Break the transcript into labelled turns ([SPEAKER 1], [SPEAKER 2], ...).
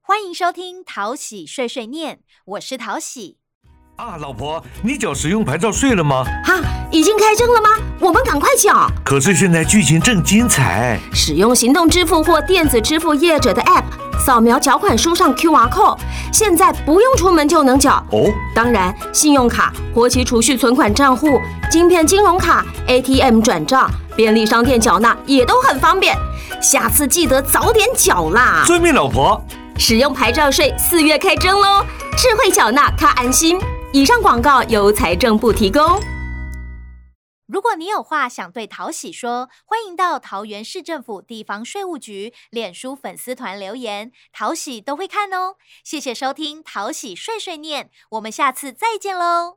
[SPEAKER 1] 欢迎收听淘喜碎碎念，我是淘喜。
[SPEAKER 2] 啊，老婆，你缴使用牌照税了吗？
[SPEAKER 3] 哈，已经开征了吗？我们赶快缴！
[SPEAKER 2] 可是现在剧情正精彩，
[SPEAKER 3] 使用行动支付或电子支付业者的 App，扫描缴款书上 QR code，现在不用出门就能缴。
[SPEAKER 2] 哦，
[SPEAKER 3] 当然，信用卡、活期储蓄存款账户、晶片金融卡、ATM 转账、便利商店缴纳也都很方便。下次记得早点缴啦！
[SPEAKER 2] 遵命，老婆。
[SPEAKER 3] 使用牌照税四月开征喽，智慧缴纳，看安心。以上广告由财政部提供。
[SPEAKER 1] 如果你有话想对淘喜说，欢迎到桃园市政府地方税务局脸书粉丝团留言，淘喜都会看哦。谢谢收听淘喜碎碎念，我们下次再见喽。